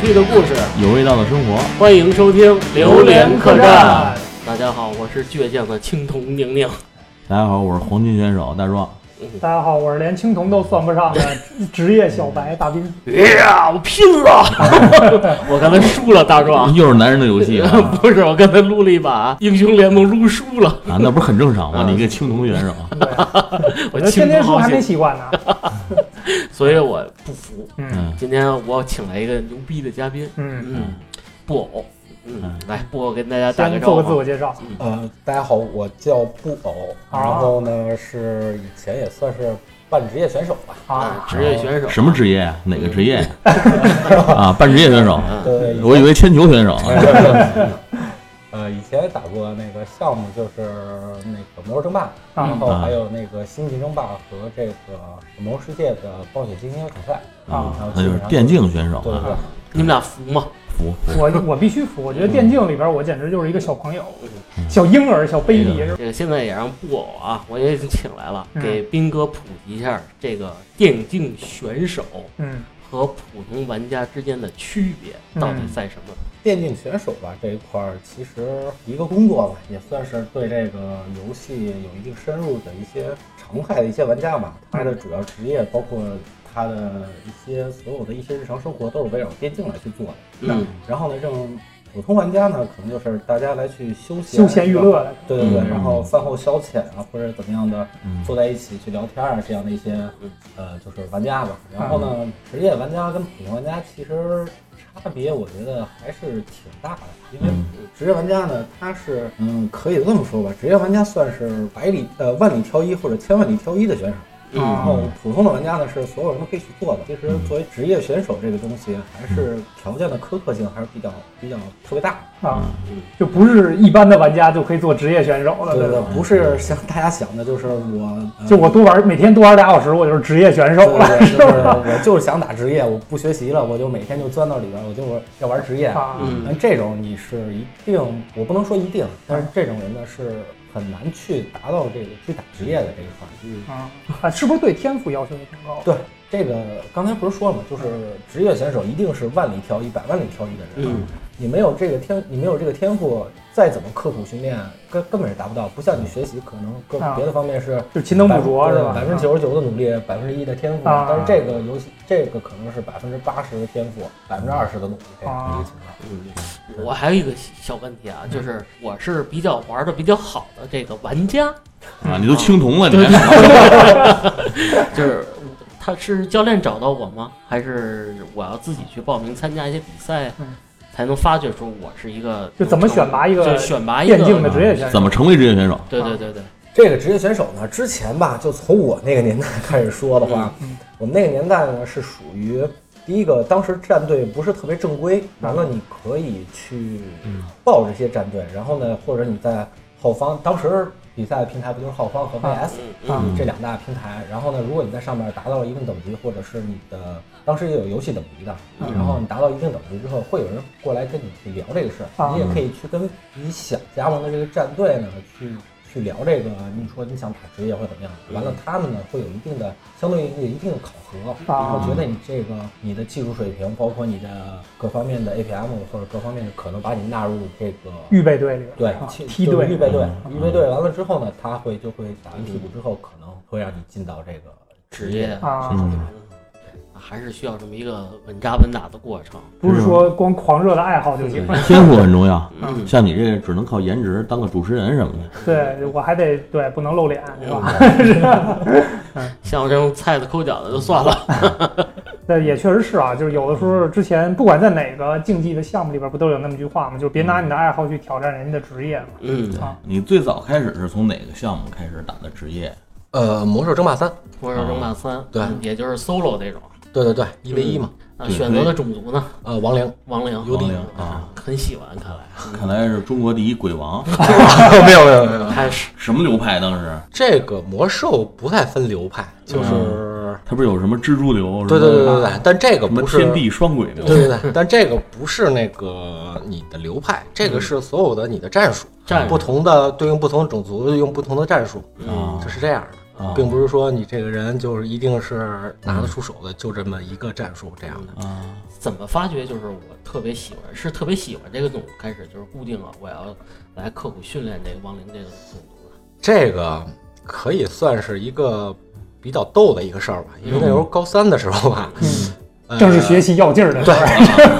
趣的故事，有味道的生活。欢迎收听《榴莲客榴莲客栈栈》。大家好，我是倔强的青铜宁宁。大家好，我是黄金选手大壮。大家好，我是连青铜都算不上的职业小白大兵。哎呀，我拼了！ 我刚才输了，大壮。又是男人的游戏啊不是，我刚才撸了一把英雄联盟，撸输了。啊，那不是很正常吗？嗯你一个青铜选手，对， 我我这青铜天天说好还没险，习惯呢。所以我不服。嗯嗯，今天我请来一个牛逼的嘉宾，嗯，嗯，布偶。嗯嗯，来，布偶跟大家打个先招做个自呼我。介绍。呃，大家好，我叫布偶，啊然后呢是以前也算是半职业选手吧，啊，啊，职业选手。什么职业呀？哪个职业呀？啊，半职业选手，嗯对，以我以为铅球选手啊。 呃以前也打过那个项目，就是那个《魔兽争霸》，嗯啊然后还有那个《星际争霸》和这个《魔兽世界》的暴雪精英挑战，啊然后那基就是本上电竞选手对对啊，你们俩服吗？服服。我我必须服。我觉得电竞里边我简直就是一个小朋友，嗯小婴儿，小 baby 嗯这个现在也让布偶啊，我也请来了，嗯给斌哥普及一下这个电竞选手嗯和普通玩家之间的区别嗯到底在什么？电竞选手吧这一块儿，其实一个工作吧，也算是对这个游戏有一定深入的一些常态的一些玩家吧。他的主要职业，包括他的一些所有的一些日常生活，都是围绕电竞来去做的。嗯，然后呢，这种普通玩家呢，可能就是大家来去休闲休闲娱，乐的。对对对，嗯然后饭后消遣啊，或者怎么样的，嗯坐在一起去聊天啊，这样的一些嗯呃，就是玩家吧。然后呢，职业玩家跟普通玩家其实差别，我觉得还是挺大的，因为嗯职业玩家呢，他是嗯，可以这么说吧，职业玩家算是百里呃万里挑一或者千万里挑一的选手。嗯然啊后普通的玩家呢，是所有人都可以去做的。其实作为职业选手这个东西，还是条件的苛刻性还是比较比较特别大的。啊，嗯就不是一般的玩家就可以做职业选手了，对对吧？对，不是像大家想的，就是我、呃就我多玩，每天多玩俩小时，我就是职业选手了，对对对就是我就是想打职业，我不学习了，我就每天就钻到里边，我就是要玩职业。 啊，嗯那这种你是一定，我不能说一定，但是这种人呢是很难去达到这个去打职业的这一块。嗯啊啊，是不是对天赋要求也挺高？对，这个刚才不是说了吗？就是职业选手一定是万里挑一、百万里挑一的人。啊嗯你没有这个天，你没有这个天赋，再怎么刻苦训练，根根本是达不到。不像你学习，可能更嗯啊别的方面是就勤能补拙百是吧？百分之九十九的努力，百分之一的天赋，啊但是这个游戏这个可能是百分之八十的天赋，百分之二十的努力啊这样的一个情况。嗯，我还有一个小问题嗯啊，就是我是比较玩的比较好的这个玩家，啊，你都青铜了，你就是他是教练找到我吗？还是我要自己去报名参加一些比赛嗯？才能发掘出我是一个就怎么选拔一个就选拔一个电竞的职啊业选手怎么成为职业选手？对对对对，这个职业选手呢，之前吧，就从我那个年代开始说的话，嗯嗯我们那个年代呢是属于第一个，当时战队不是特别正规，嗯完了你可以去报这些战队，然后呢，或者你在后方，当时比赛的平台不就是后方和 VS 嗯啊这两大平台，然后呢，如果你在上面达到了一定等级，或者是你的当时也有游戏等级的，嗯然后你达到一定等级之后，会有人过来跟你去聊这个事儿，啊你也可以去跟你想加盟的这个战队呢去。去聊这个，啊你说你想打职业或者怎么样？嗯完了，他们呢会有一定的相对应有一定的考核，啊我觉得你这个你的技术水平，包括你的各方面的 APM 或者各方面的，可能把你纳入这个预备队里边，对啊，其梯就是队啊预备队，嗯预备队完了之后呢，他会就会打完屁嗯股之后，可能会让你进到这个职业啊，嗯，还是需要这么一个稳扎稳打的过程。不是说光狂热的爱好就行。天赋很重要。嗯，像你这只能靠颜值当个主持人什么的，对我还得对不能露脸，是吧？嗯像我这种菜的抠脚的就算了。但也确实是啊，就是有的时候之前不管在哪个竞技的项目里边，不都有那么句话吗？就是别拿你的爱好去挑战人家的职业嘛。嗯，你最早开始是从哪个项目开始打的职业？呃魔兽争霸三，魔兽争霸三，对嗯也就是 solo 这种。对对对，一 1v1 嘛，啊，对选择的种族呢？呃亡灵， 亡灵，幽灵啊，很喜欢，看来看来是中国第一鬼王，没有没有没有，开始什么流派？当时这个魔兽不太分流派，就是他不是有什么蜘蛛流？对对对什么对对，但这个嗯什么不是天地双鬼流？对对对，但这个不是那个你的流派，这个嗯是所有的你的战术，战术不同的对应不同种族用不同的战术，啊这是这样的。啊并不是说你这个人就是一定是拿得出手的，就这么一个战术这样的。啊，怎么发掘？就是我特别喜欢，是特别喜欢这个动作，开始就是固定了，我要来刻苦训练这个亡灵这个动作的。这个可以算是一个比较逗的一个事儿吧，因为那时嗯候高三的时候吧，嗯，呃正是学习要劲儿的时对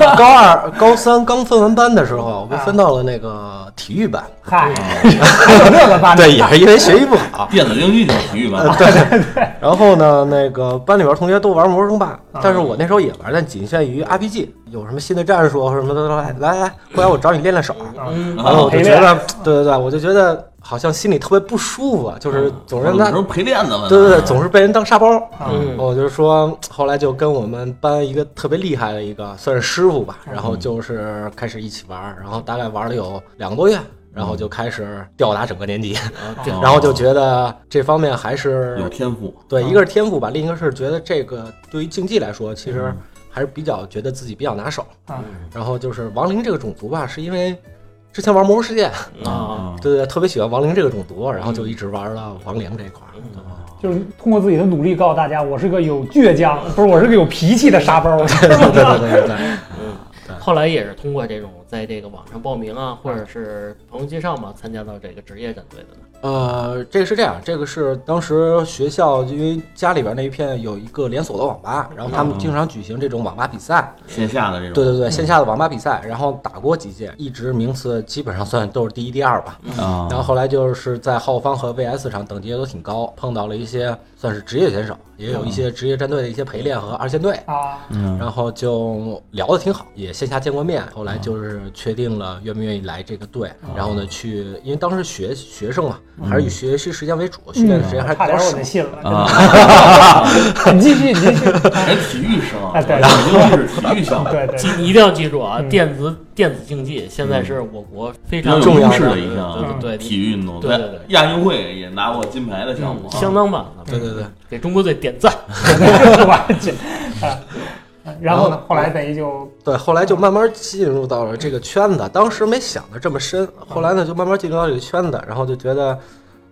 候，高二、高三刚分完班的时候，我被分到了那个体育班，嗨，还有这个班呢对，也是因为学习不好。电子竞技就是体育啊吧？啊然后呢，那个班里边同学都玩魔兽争霸啊，但是我那时候也玩，但仅限于 RPG。有什么新的战术什么的，来来来，过来我找你练练手。嗯，然后我就觉陪得，对对对，我就觉得好像心里特别不舒服，啊，就是总是有那时，候陪练的嘛。对对对，总是被人当沙包。啊嗯我就说，后来就跟我们班一个特别厉害的一个算是师傅吧，然后就是开始一起玩儿，然后大概玩了有两个多月，然后就开始吊打整个年级，然后这样 然后就觉得这方面还是有天赋，对，一个是天赋吧，另一个是觉得这个对于竞技来说，其实还是比较觉得自己比较拿手。啊然后就是亡灵这个种族吧，是因为之前玩魔兽世界，啊，对对，对特别喜欢亡灵这个种族，然后就一直玩到亡灵这一块儿。嗯啊就是通过自己的努力告诉大家，我是个有倔强，不是我是个有脾气的沙包。对 对对对对嗯后来也是通过这种在这个网上报名啊，或者是朋友介绍嘛，参加到这个职业战队的呢。呃，这个是这样，这个是当时学校因为家里边那一片有一个连锁的网吧，然后他们经常举行这种网吧比赛，线下的这种。对对对，线下的网吧比赛，然后打过几届，一直名次基本上算都是第一、第二吧。啊，然后后来就是在浩方和 VS 上等级也都挺高，碰到了一些算是职业选手，也有一些职业战队的一些陪练和二线队，啊，嗯然后就聊得挺好，也线下见过嗯面。后来就是确定了愿不愿意来这个队，然后呢去，因为当时学学生嘛，还是以学习时间为主，训练的时间还是嗯比差较点我少就。信了。真的啊， 你继续，你继续。还体育生，啊哎对肯定是体育 项目，对对记， 你一定要记住啊，嗯电子电子竞技现在是我国非非常常重要有优的势的一项对对对体育运动，对对对在亚运会也拿过金牌的项目嗯啊，相当棒的，对对对，给中国队点赞。 我去啊。然后呢？后来等于就对，后来就慢慢进入到了这个圈子，当时没想的这么深，嗯后来呢就慢慢进入到这个圈子，然后就觉得，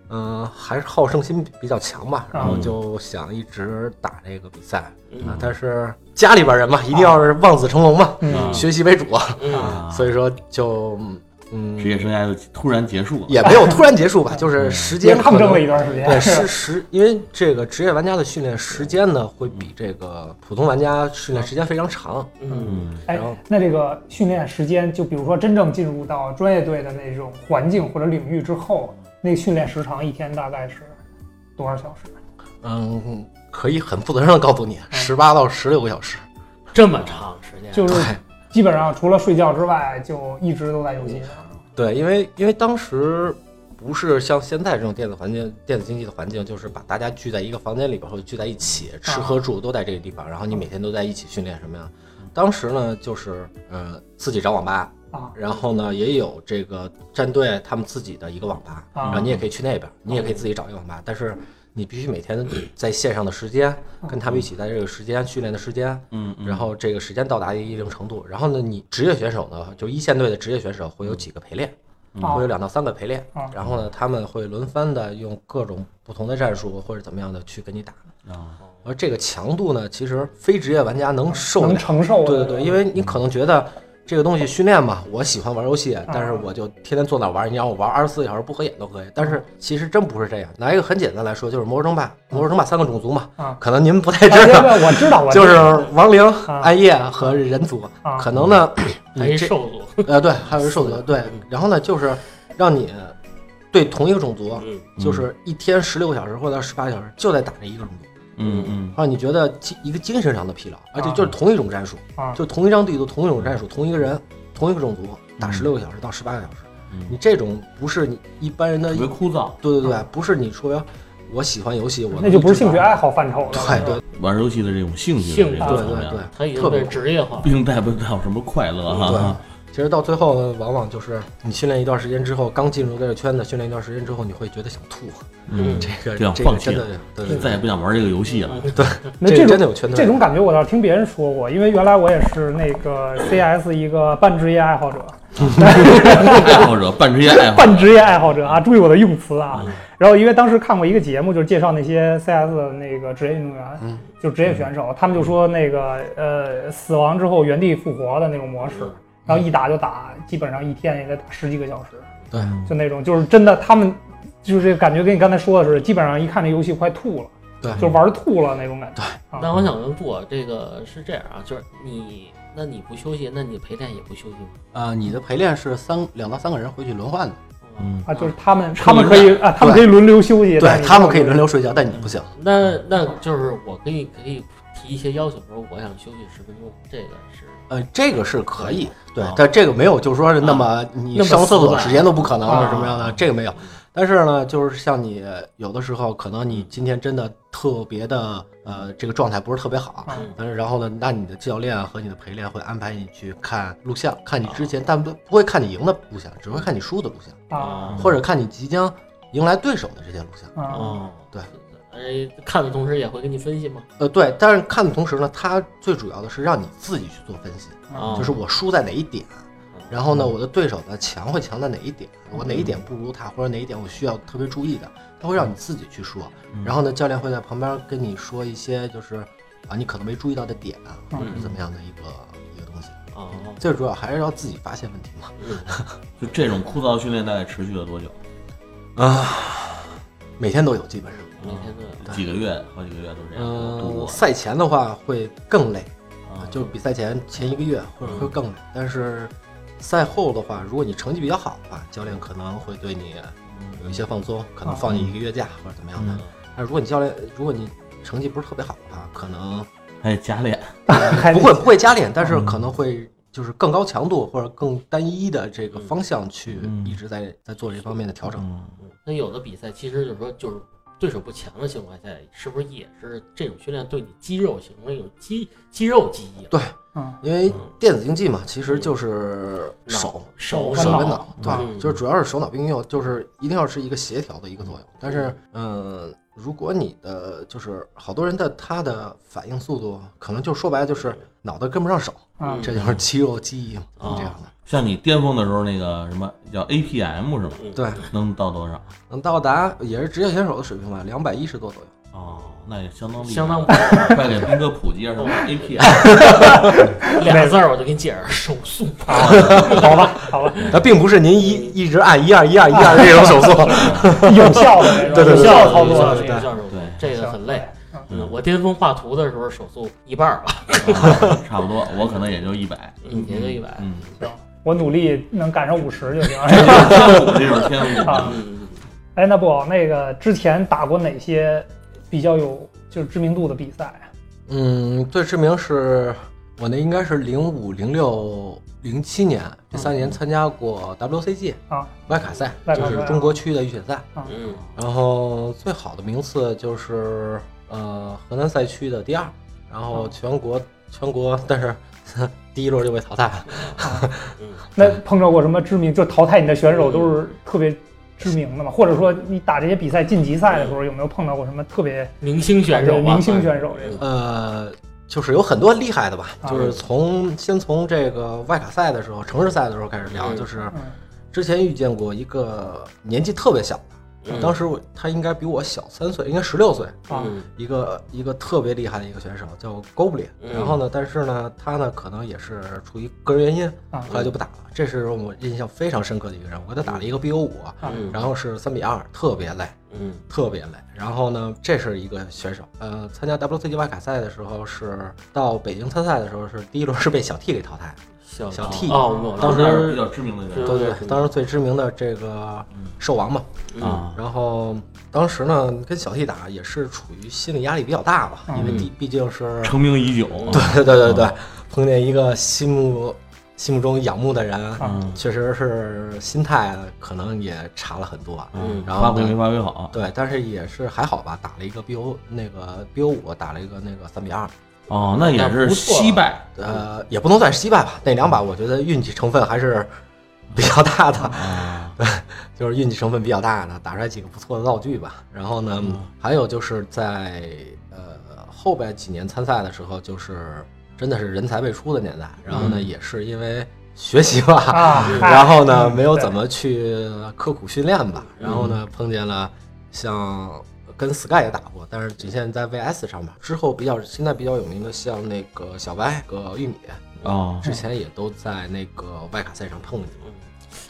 嗯、还是好胜心比较强嗯吧，然后就想一直打这个比赛啊，但是家里边人嘛，一啊定要是望子成龙嘛，啊学习为主，嗯，啊，所以说就嗯职业生涯就突然结束了。也没有突然结束 吧，就是嗯时也间可抗争能了一段时间。对，是时，因为这个职业玩家的训练时间呢，会比这个普通玩家训练时间非常长。嗯，嗯，哎，那这个训练时间，就比如说真正进入到专业队的那种环境或者领域之后，那个训练时长一天大概是多少小时？嗯，可以很负责任的告诉嗯你，十八到十六个小时。这么长时间，就是对基本上除了睡觉之外，就一直都嗯在游戏上。对，因为因为当时不是像现在这种电子环境、电子竞技的环境，就是把大家聚在一个房间里边，或者聚在一起，吃啊喝住都在这个地方，然后你每天都在一起训练什么呀？当时呢，就是呃自己找网吧啊，然后呢也有这个战队他们自己的一个网吧，啊然后你也可以去那边，你也可以自己找一个网吧，但是你必须每天在线上的时间跟他们一起在这个时间训练的时间，嗯，嗯然后这个时间到达一定程度，然后呢，你职业选手呢，就一线队的职业选手会有几个陪练，嗯会有啊两到三个陪练啊，然后呢，他们会轮番的用各种不同的战术或者怎么样的去跟你打，啊，而这个强度呢，其实非职业玩家能受得能了，承受对的对对，因为你可能觉得。这个东西训练嘛，我喜欢玩游戏，但嗯是我就天天坐那玩，你让我玩二十四小时不合眼都可以。但嗯是其实真不是这样。拿一个很简单来说，就是魔兽争霸，魔兽争霸三个种族嘛，啊可能您不太嗯啊知对道，对，我知道，我知就道是亡灵、啊暗夜和人族，啊可能呢，还你一这兽族，呃对，还有一兽族对，然后呢就是让你对同一个种族，嗯就是一天十六个小时或者十八个小时就在打这一个种族，嗯嗯让你觉得精一个精神上的疲劳，而嗯且就是同一种战术，啊就同一张地图、同一种战术、同一个人、同一个种族打嗯十六个小时到十八个小时，嗯你这种不是你一般人的，特别对枯燥。对对，不是你说我喜欢游戏，我那就不是兴趣爱好，好啊范畴了。对是吧对玩游戏的这种兴趣兴的趣这对个层对面对，，他已特经别被职业化，并带不到什么快乐哈。对，其实到最后，往往就是你训练一段时间之后，刚进入这个圈子，训练一段时间之后，你会觉得想吐，嗯，这个这样这个放弃真了的，对对再也不想玩这个游戏了。那这这个真种的有圈子这种感觉我倒是听别人说过，因为原来我也是那个 CS 一个半职业爱好者，爱好者，半职哎业爱好半者，职业爱好者啊，注意我的用词啊。然后因为当时看过一个节目，就是介绍那些 CS 的那个职业运动员，就职业选手，他们就说那个呃，死亡之后原地复活的那种模式，嗯然后一打就打，基本上一天也得打十几个小时，对，就那种就是真的，他们就是感觉跟你刚才说的似的，基本上一看这游戏快吐了，对就玩吐了那种感觉。啊那我想问布，这个是这样啊，就是你，那你不休息，那你陪练也不休息吗？啊、你的陪练是三两到三个人回去轮换的，嗯，啊，就是他们，他们可以啊，他们对可以轮流休息，但对你他们可以轮流睡觉，但你不行。那那就是我可以可以提一些要求，比如我想休息十分钟，这个是呃，这个是可以，对啊，但这个没有，就是说是那么你那么上厕死所板时间都不可能啊是什么样的，这个没有。但是呢，就是像你有的时候，可能你今天真的特别的呃，这个状态不是特别好，嗯啊但是然后呢，那你的教练和你的陪练会安排你去看录像，看你啊之前，但不不会看你赢的录像，只会看你输的录像，嗯啊或者看你即将迎来对手的这些录像。啊哦，对对，哎，看的同时也会给你分析吗？呃，对，但是看的同时呢，它最主要的是让你自己去做分析。啊，就是我输在哪一点，然后呢，我的对手呢强会强在哪一点，我哪一点不如他，或者哪一点我需要特别注意的，他会让你自己去说。然后呢，教练会在旁边跟你说一些就是啊，你可能没注意到的点啊，或者是怎么样的一个一个东西。哦，最主要还是要自己发现问题嘛。就这种枯燥训练大概持续了多久？每天都有，基本上。每天都有几个月，好几个月都这样度嗯，过。赛前的话会更累，啊就是比赛前前一个月会嗯会更累，但是赛后的话，如果你成绩比较好的话，教练可能会对你有一些放松，嗯可能放你一个月假或者怎么样的。但如果你教练，如果你成绩不是特别好的话，可能还得哎加练，还不会不会加练，但嗯是可能会就是更高强度或者更单一的这个方向去嗯一直在在做这方面的调整。嗯，那有的比赛其实就是说，就是对手不强的情况下，是不是也是这种训练对你肌肉形成一种肌肌肉记忆啊？对，嗯因为电子竞技嘛，其实就是手手和手脑跟脑，嗯对，就是主要是手脑并用，就是一定要是一个协调的一个作用。但是，嗯，如果你的就是好多人的他的反应速度，可能就说白了就是脑袋跟不上手，啊嗯 这就是肌肉记忆嘛，哦这样的，像你巅峰的时候那个什么叫 APM 是吗？嗯对，能到多少？能到达也是职业选手的水平吧，两百一十多左 右。哦，那也相当厉害，相当不快给斌哥普及一下什么 APM。俩字儿，我就给你解释手速。 啊 好吧，好吧，那并不是您一一直按一二一二一二这种手速， 有效的那种，对对对有效的操有作效的的那有种，效手速对，这个很累。嗯。嗯，我巅峰画图的时候手速一半儿吧，啊差不多，我可能也就一百。嗯，也就一百。嗯，行，我努力能赶上五十就行。嗯 这就是天赋，这就是天赋。啊嗯，哎，那不，那个之前打过哪些比较有就是知名度的比赛啊？嗯，最知名是我那应该是零五、零六、零七年这三嗯年参加过 WCG 啊外卡赛，外卡就赛是啊中国区的预选赛。嗯，然后最好的名次就是呃河南赛区的第二，然后全国全国，但是 第一轮就被淘汰了。那碰着过什么知名，就淘汰你的选手都嗯是特别知名的嘛？或者说你打这些比赛晋级赛嗯的时候，有没有碰到过什么特别明星选手吧，嗯明星选手这个呃，就是有很多厉害的吧，啊就是从先从这个外卡赛的时候、城市赛的时候开始聊，嗯就是嗯之前遇见过一个年纪特别小的，嗯当时我他应该比我小三岁，应该十六岁，啊嗯一个一个特别厉害的一个选手叫 Goblin，、嗯然后呢，但是呢，他呢可能也是出于个人原因，啊后来就不打了。这是我印象非常深刻的一个人，我跟他打了一个 BO 五，啊嗯然后是三比二，特别累，嗯特别累。然后呢，这是一个选手，呃，参加 WCG 外卡赛的时候是到北京参赛的时候是第一轮是被小 T 给淘汰，小小 T 哦，我当时比较知名的嗯人对对，对当时最知名的这个兽王嘛，啊，然后当时呢，跟小 T 打也是处于心理压力比较大吧，因为毕毕竟 是，成名已久。 对对对对，碰见一个心目心目中仰慕的人，嗯确实是心态可能也差了很多。嗯然发后挥没呢，发挥好对，但是也是还好吧，打了一个 BO 那个 BO 五，打了一个那个三比二，哦，那也是惜败呃，也不能算是惜败吧，那两把我觉得运气成分还是比较大的。啊， 就是运气成分比较大的，打出来几个不错的道具吧。然后呢，嗯还有就是在呃后边几年参赛的时候，就是真的是人才辈出的年代。然后呢，也是因为学习吧，嗯啊，嗨然后呢，嗯没有怎对么去刻苦训练吧，然后呢，碰见了像跟 Sky 也打过，但是仅限在 VS 上吧。之后比较现在比较有名的像那个小白和玉米，哦，之前也都在那个外卡赛上碰见过。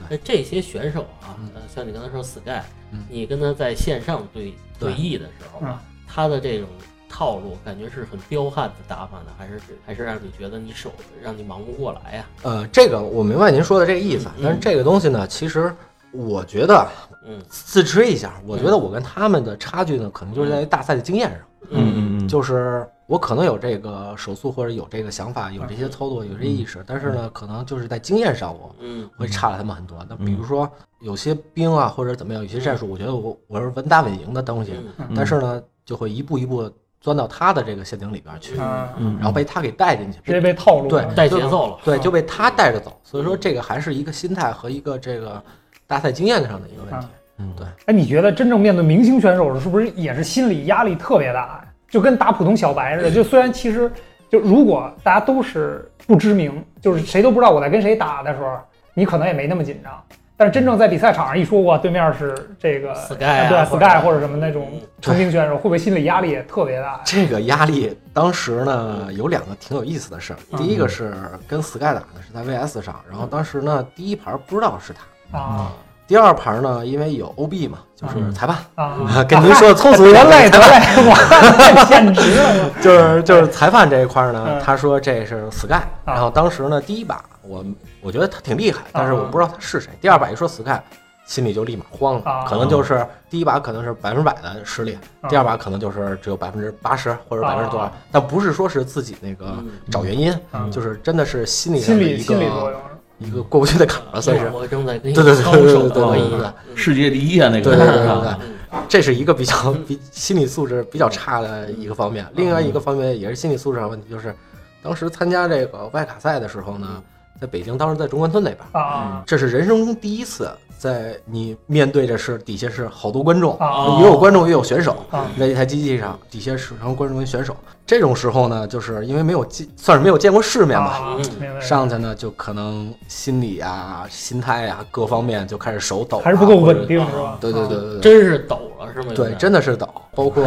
那这些选手啊，呃，像你刚才说 Sky，嗯你跟他在线上对对对弈的时候嗯啊，他的这种套路感觉是很彪悍的打法呢，还是还是让你觉得你手让你忙不过来呀、呃，这个我明白您说的这个意思，嗯但是这个东西呢，其实我觉得嗯自知一下，我觉得我跟他们的差距呢，可能就是在于大赛的经验上。嗯嗯嗯，就是我可能有这个手速，或者有这个想法，有这些操作，有这些意识，但是呢，可能就是在经验上我嗯会差了他们很多。那比如说有些兵啊，或者怎么样，有些战术，我觉得我我是稳打稳赢的东西，嗯嗯但是呢，就会一步一步钻到他的这个陷阱里边去，啊，嗯然后被他给带进去，直接被套路对了。嗯带节奏了，啊对，就被他带着走。所以说，这个还是一个心态和一个这个大赛经验上的一个问题。嗯哎，你觉得真正面对明星选手，是不是也是心理压力特别大呀？就跟打普通小白似嗯的，就虽然其实就如果大家都是不知名，就是谁都不知道我在跟谁打的时候，你可能也没那么紧张。但是真正在比赛场上一说哇，对面是这个哎 Sky 啊对或者 Sky 或者什么那种成名选手，会不会心理压力也特别大呀？这个压力，当时呢有两个挺有意思的事儿。第一个是跟 Sky 打的是在 VS 上，然后当时呢第一盘不知道是他，啊第二盘呢因为有 OB 嘛，就是裁判，！啊 跟您说的通俗一 得点，嘞裁得判嘞，我太现实了。就是就是裁判这一块呢嗯，啊他说这是 Sky，然后当时呢第一把我我觉得他挺厉害，啊但是我不知道他是谁。第二把一说 Sky，心里就立马慌啊了，可能就是第一把可能是百分之百的实力，啊 第二把可能就是只有百分之八十或者啊百分之多少，但不是说是自己那个嗯找原因，嗯就是真的是心理上心的理一心理作个用。一个过不去的坎儿，算是。我正在跟你对对对高对对手对博对弈对呢，世界第一啊，那个对对对对是吧对，这是一个比较比心理素质比较差的一个方面。另外一个方面也是心理素质上的问题，就是当时参加这个外卡赛的时候呢，在北京，当时在中关村那边，啊这是人生中第一次在你面对着是底下是好多观众，啊也有观众也有选手啊，在一台机器上底下是然后观众跟选手，这种时候呢，就是因为没有见，算是没有见过世面吧，啊！明白上去呢，就可能心理啊、心态啊各方面就开始手抖啊、还是不够或者稳。定是吧？对对对对对，真是抖了是吗？有对，点真的是抖，包括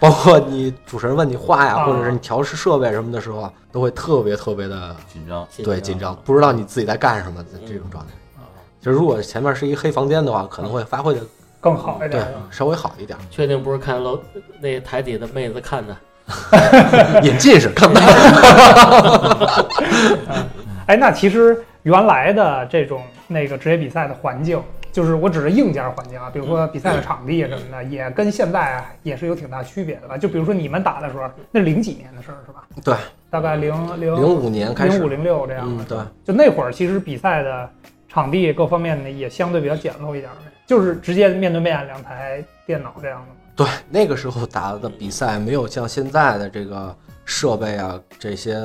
包括你主持人问你话啊呀，或者是你调试设备什么的时候啊，都会特别特别的紧张，对紧张，不知道你自己在干什么的这嗯种状态。哦就如果前面是一黑房间的话，可能会发挥的更好一对点。稍微好一点，确定不是看楼那台底的妹子看的？引进是看不到。哎，那其实原来的这种那个职业比赛的环境，就是我指的硬件环境啊，比如说比赛的场地什么的，也跟现在啊也是有挺大区别的吧？就比如说你们打的时候，那零几年的事儿是吧？对，大概零零嗯零五年开嗯零五始，零六这样嗯的，，对，就那会儿其实比赛的场地各方面呢也相对比较简陋一点儿，就是直接面对面两台电脑这样的嘛。对，那个时候打的比赛没有像现在的这个设备啊这些，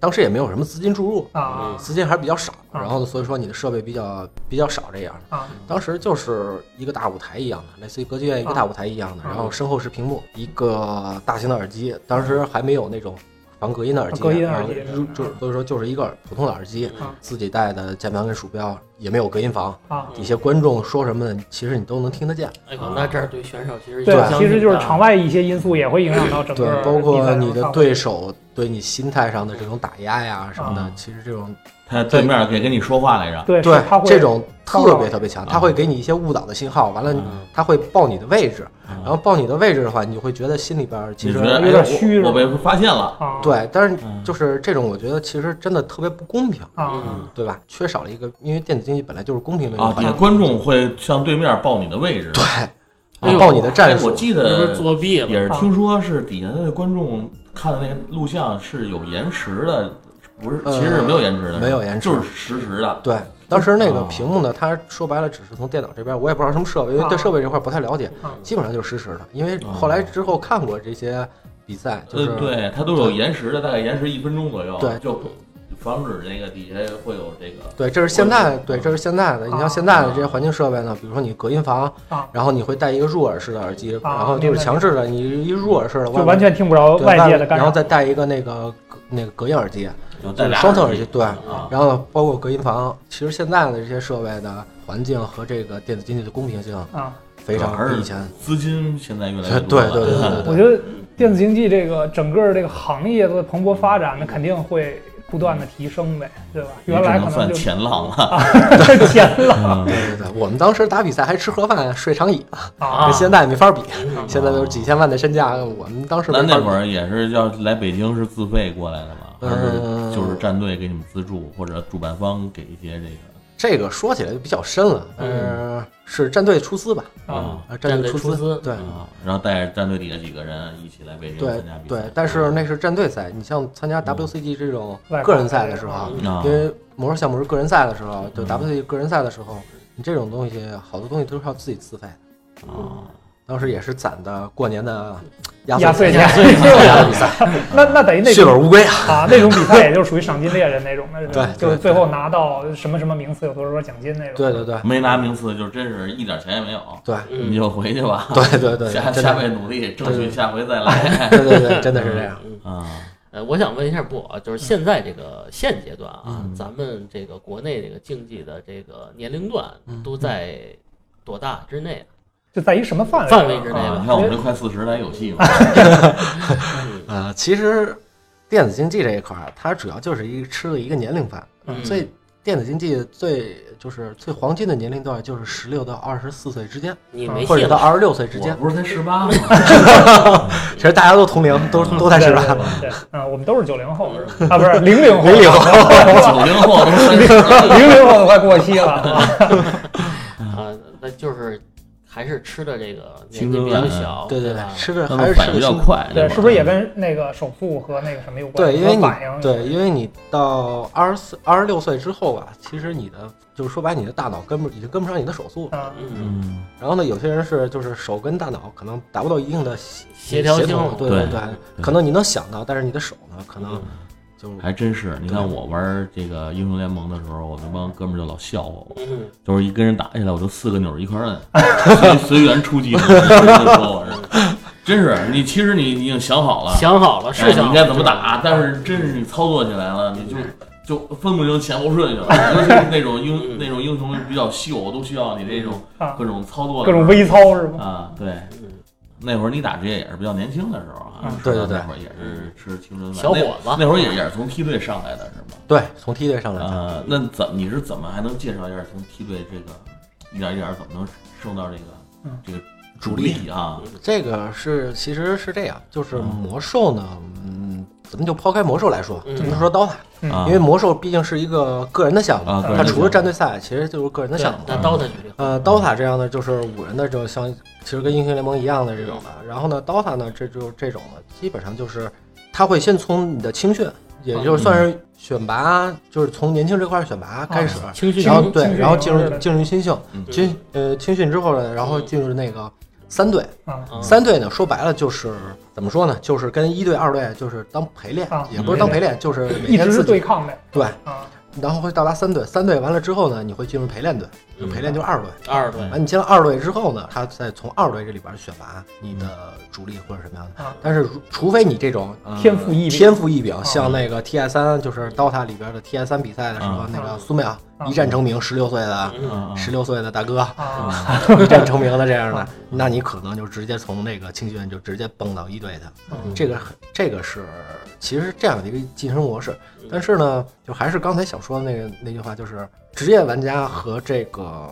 当时也没有什么资金注入，啊资金还是比较少，啊然后呢，所以说你的设备比较比较少这样。啊当时就是一个大舞台一样的，类似于歌剧院一个大舞台一样的，啊然后身后是屏幕，一个大型的耳机，当时还没有那种防啊隔音的耳机，隔音耳机然后就就所以说就是一个普通的耳机，啊自己带的键盘跟鼠标也没有隔音房，啊！底下观众说什么，其实你都能听得见。哎呦，那这样对选手其实对影，响其实就是挺大场外一些因素也会影响到整对个，包比赛括的你的氛围对手对你心态上的这种打压呀什么的啊，其实这种他对面给跟你说话来着，对嗯对是他会这种骚特扰别特别强，他会给你一些误导的信号，完了嗯他会报你的位置，然然后报你的位置的话，你会觉得心里边儿其你实觉得有点哎虚我我是被发现了，啊，对，但是嗯就是这种，我觉得其实真的特别不公平，啊嗯对吧？缺少了一个，因为电子竞技本来就是公平的一个啊，环底下境，观众会向对面报你的位置，哎呦报你的战哎我术，记这不是得作弊吗？也是听说是底下的观众看的那个录像是有延迟的，不是，呃其实是没有延迟的，没有延迟就是实时的。对。当时那个啊屏幕呢，它说白了只是从电脑这边，我也不知道什么设备，因为啊对设备这块不太了解啊，基本上就是实时的。因为后来之后看过这些比赛，就啊呃是，对，它都有延时的，大概延时一分钟左右，对就防止这个底下会有这个。对，这是现在，对，这是现在的。你像现在的这些环境设备呢，比如说你隔音房啊，然后你会带一个入耳式的耳机，啊然后就是强制的，你一入耳式的，就完全听不着对外界的干然扰后。再带一个那个隔那个隔音耳机，有带俩双头耳机机对啊，然后包括隔音房。其实现在的这些设备的环境和这个电子经济的公平性啊，非常比以前资金现在越来越对多对了。 对对我对觉得电子经济这个整个这个行业的蓬勃发展，那肯定会不断的提升呗，对吧？你原来只能可能算就 前浪了。钱了嗯对对对，我们当时打比赛还吃盒饭睡长椅呢，啊跟，现在没法比，现在都是几千万的身价，我们当时没那法比啊那会儿也是要来北京是自费过来的吗？还嗯是就是战队给你们资助，或者主办方给一些这个这个说起来就比较深了，但是是战队出资吧？啊，啊，战队队出出资对啊？然后带着战队底下几个人一起来北京对参加比赛。对，但是那是战队赛，你像参加 WCG 这种外个挂人赛的时啊候，啊因为魔兽项目是个人赛的时候，就 WCG 个人赛的时候，你这种东西好多东西都是要自己自费的。啊，当时也是攒的过年的压岁钱，那那等于那血种本无归啊！啊，那种比赛也就是属于赏金猎人那种的，对就对是最后拿到什么什么名次，有多少多少奖金那种。对对对没拿名次就真是一点钱也没有，对嗯你就回去 吧。对对对，下真下的回努力，争取下回再来对对对，真的是这样。 啊。呃，我想问一下布偶啊，就是现在这个现阶段啊，咱们这个国内这个竞技的这个年龄段都在多大之内啊？就在于什么范围范围之内啊啊，吧你看我们这快四十的还有戏嘛？啊，其实电子竞技这一块儿，它主要就是一个吃了一个年龄饭，嗯最电子竞技最就是最黄金的年龄段就是十六到二十四岁之间，你没或者戏到了，二十六岁之我间。不是才十八吗？其实大家都同龄，都都在对十嗯对八。对对，嗯，我们都是九零后是嗯吧啊，不是零零 后，零零后 九零后都三十零零后都快过期了啊。嗯啊，那就是还是吃的这个年青纪春比较饭小，对对吧对，吃的他还们是反吃应比的较辛苦。快，对，那会儿是不是也跟那个手速和那个什么有关？对，因为和你反应对，因为你到二十四、二十六岁之后吧，其实你的就是说白，你的大脑跟不已经跟不上你的手速了。啊，嗯，嗯然后呢，有些人是就是手跟大脑可能达不到一定的协协调性同对对对对，嗯可能你能想到，但是你的手呢，可能就还真是，你对看我玩这个英雄联盟的时候，我那帮哥们儿就老笑话我，嗯，就是一跟人打起来，我就四个钮儿一块儿摁，随随缘出击的， 说我是，真是你其实你你已经想好了，想好了哎是想你好应该怎么了打，但是真是你操作起来了，你嗯就就分不清前后顺序 了，尤其是那种嗯英那种英雄比较秀，都需要你这种啊各种操作的各种微操是吧？嗯啊，对。那会儿你打职业也是比较年轻的时候啊嗯，说到对嗯对对那会儿也是吃青春饭。小伙子嗯那那会儿也也是从梯队上来的是吗？对从梯队上来的。呃，那怎你是怎么还能介绍一下从梯队这个一点一点怎么能升到这个、嗯这个主力啊？嗯这个是其实是这样，就是魔兽呢，嗯，咱们就抛开魔兽来说，嗯咱们说 DOTA，嗯啊因为魔兽毕竟是一个个人的项目，啊个人它的除了项战目队赛，其实就是个人的对项目。那刀他举例，呃，DOTA 这样的就是五人的这种像，其实跟英雄联盟一样的这种的。然后呢，DOTA 呢，这就这种的，基本上就是它会先从你的青训，也就是算是选拔，就是从年轻这块儿选拔开始，青训然后营对青，训然后营进是入的进入新秀，嗯军呃青训之后呢，然后嗯进入那个三队。啊，啊三队呢，说白了就是怎么说呢，就是跟一队、二队就是当陪练啊，也不是当陪练，就是每一直天是自对己抗呗。对，啊，然后会到达三队，三队完了之后呢，你会进入陪练队，嗯陪练就是二队。二队啊，你进了二队之后呢，他再从二队这里边选拔你的主力或者什么样的。啊嗯但是如除非你这种、呃天赋异禀天赋异禀，像那个 TI 三，就是 DOTA 里边的 TI 三比赛的时候，啊那个苏淼、一战成名，十六岁的嗯啊十六、岁的大哥、啊，一战成名的这样的，那你可能就直接从那个青训就直接蹦到一队去了。嗯这个很这个是其实这样的一个晋升模式，但是呢，就还是刚才想说的那个那句话，就是职业玩家和这个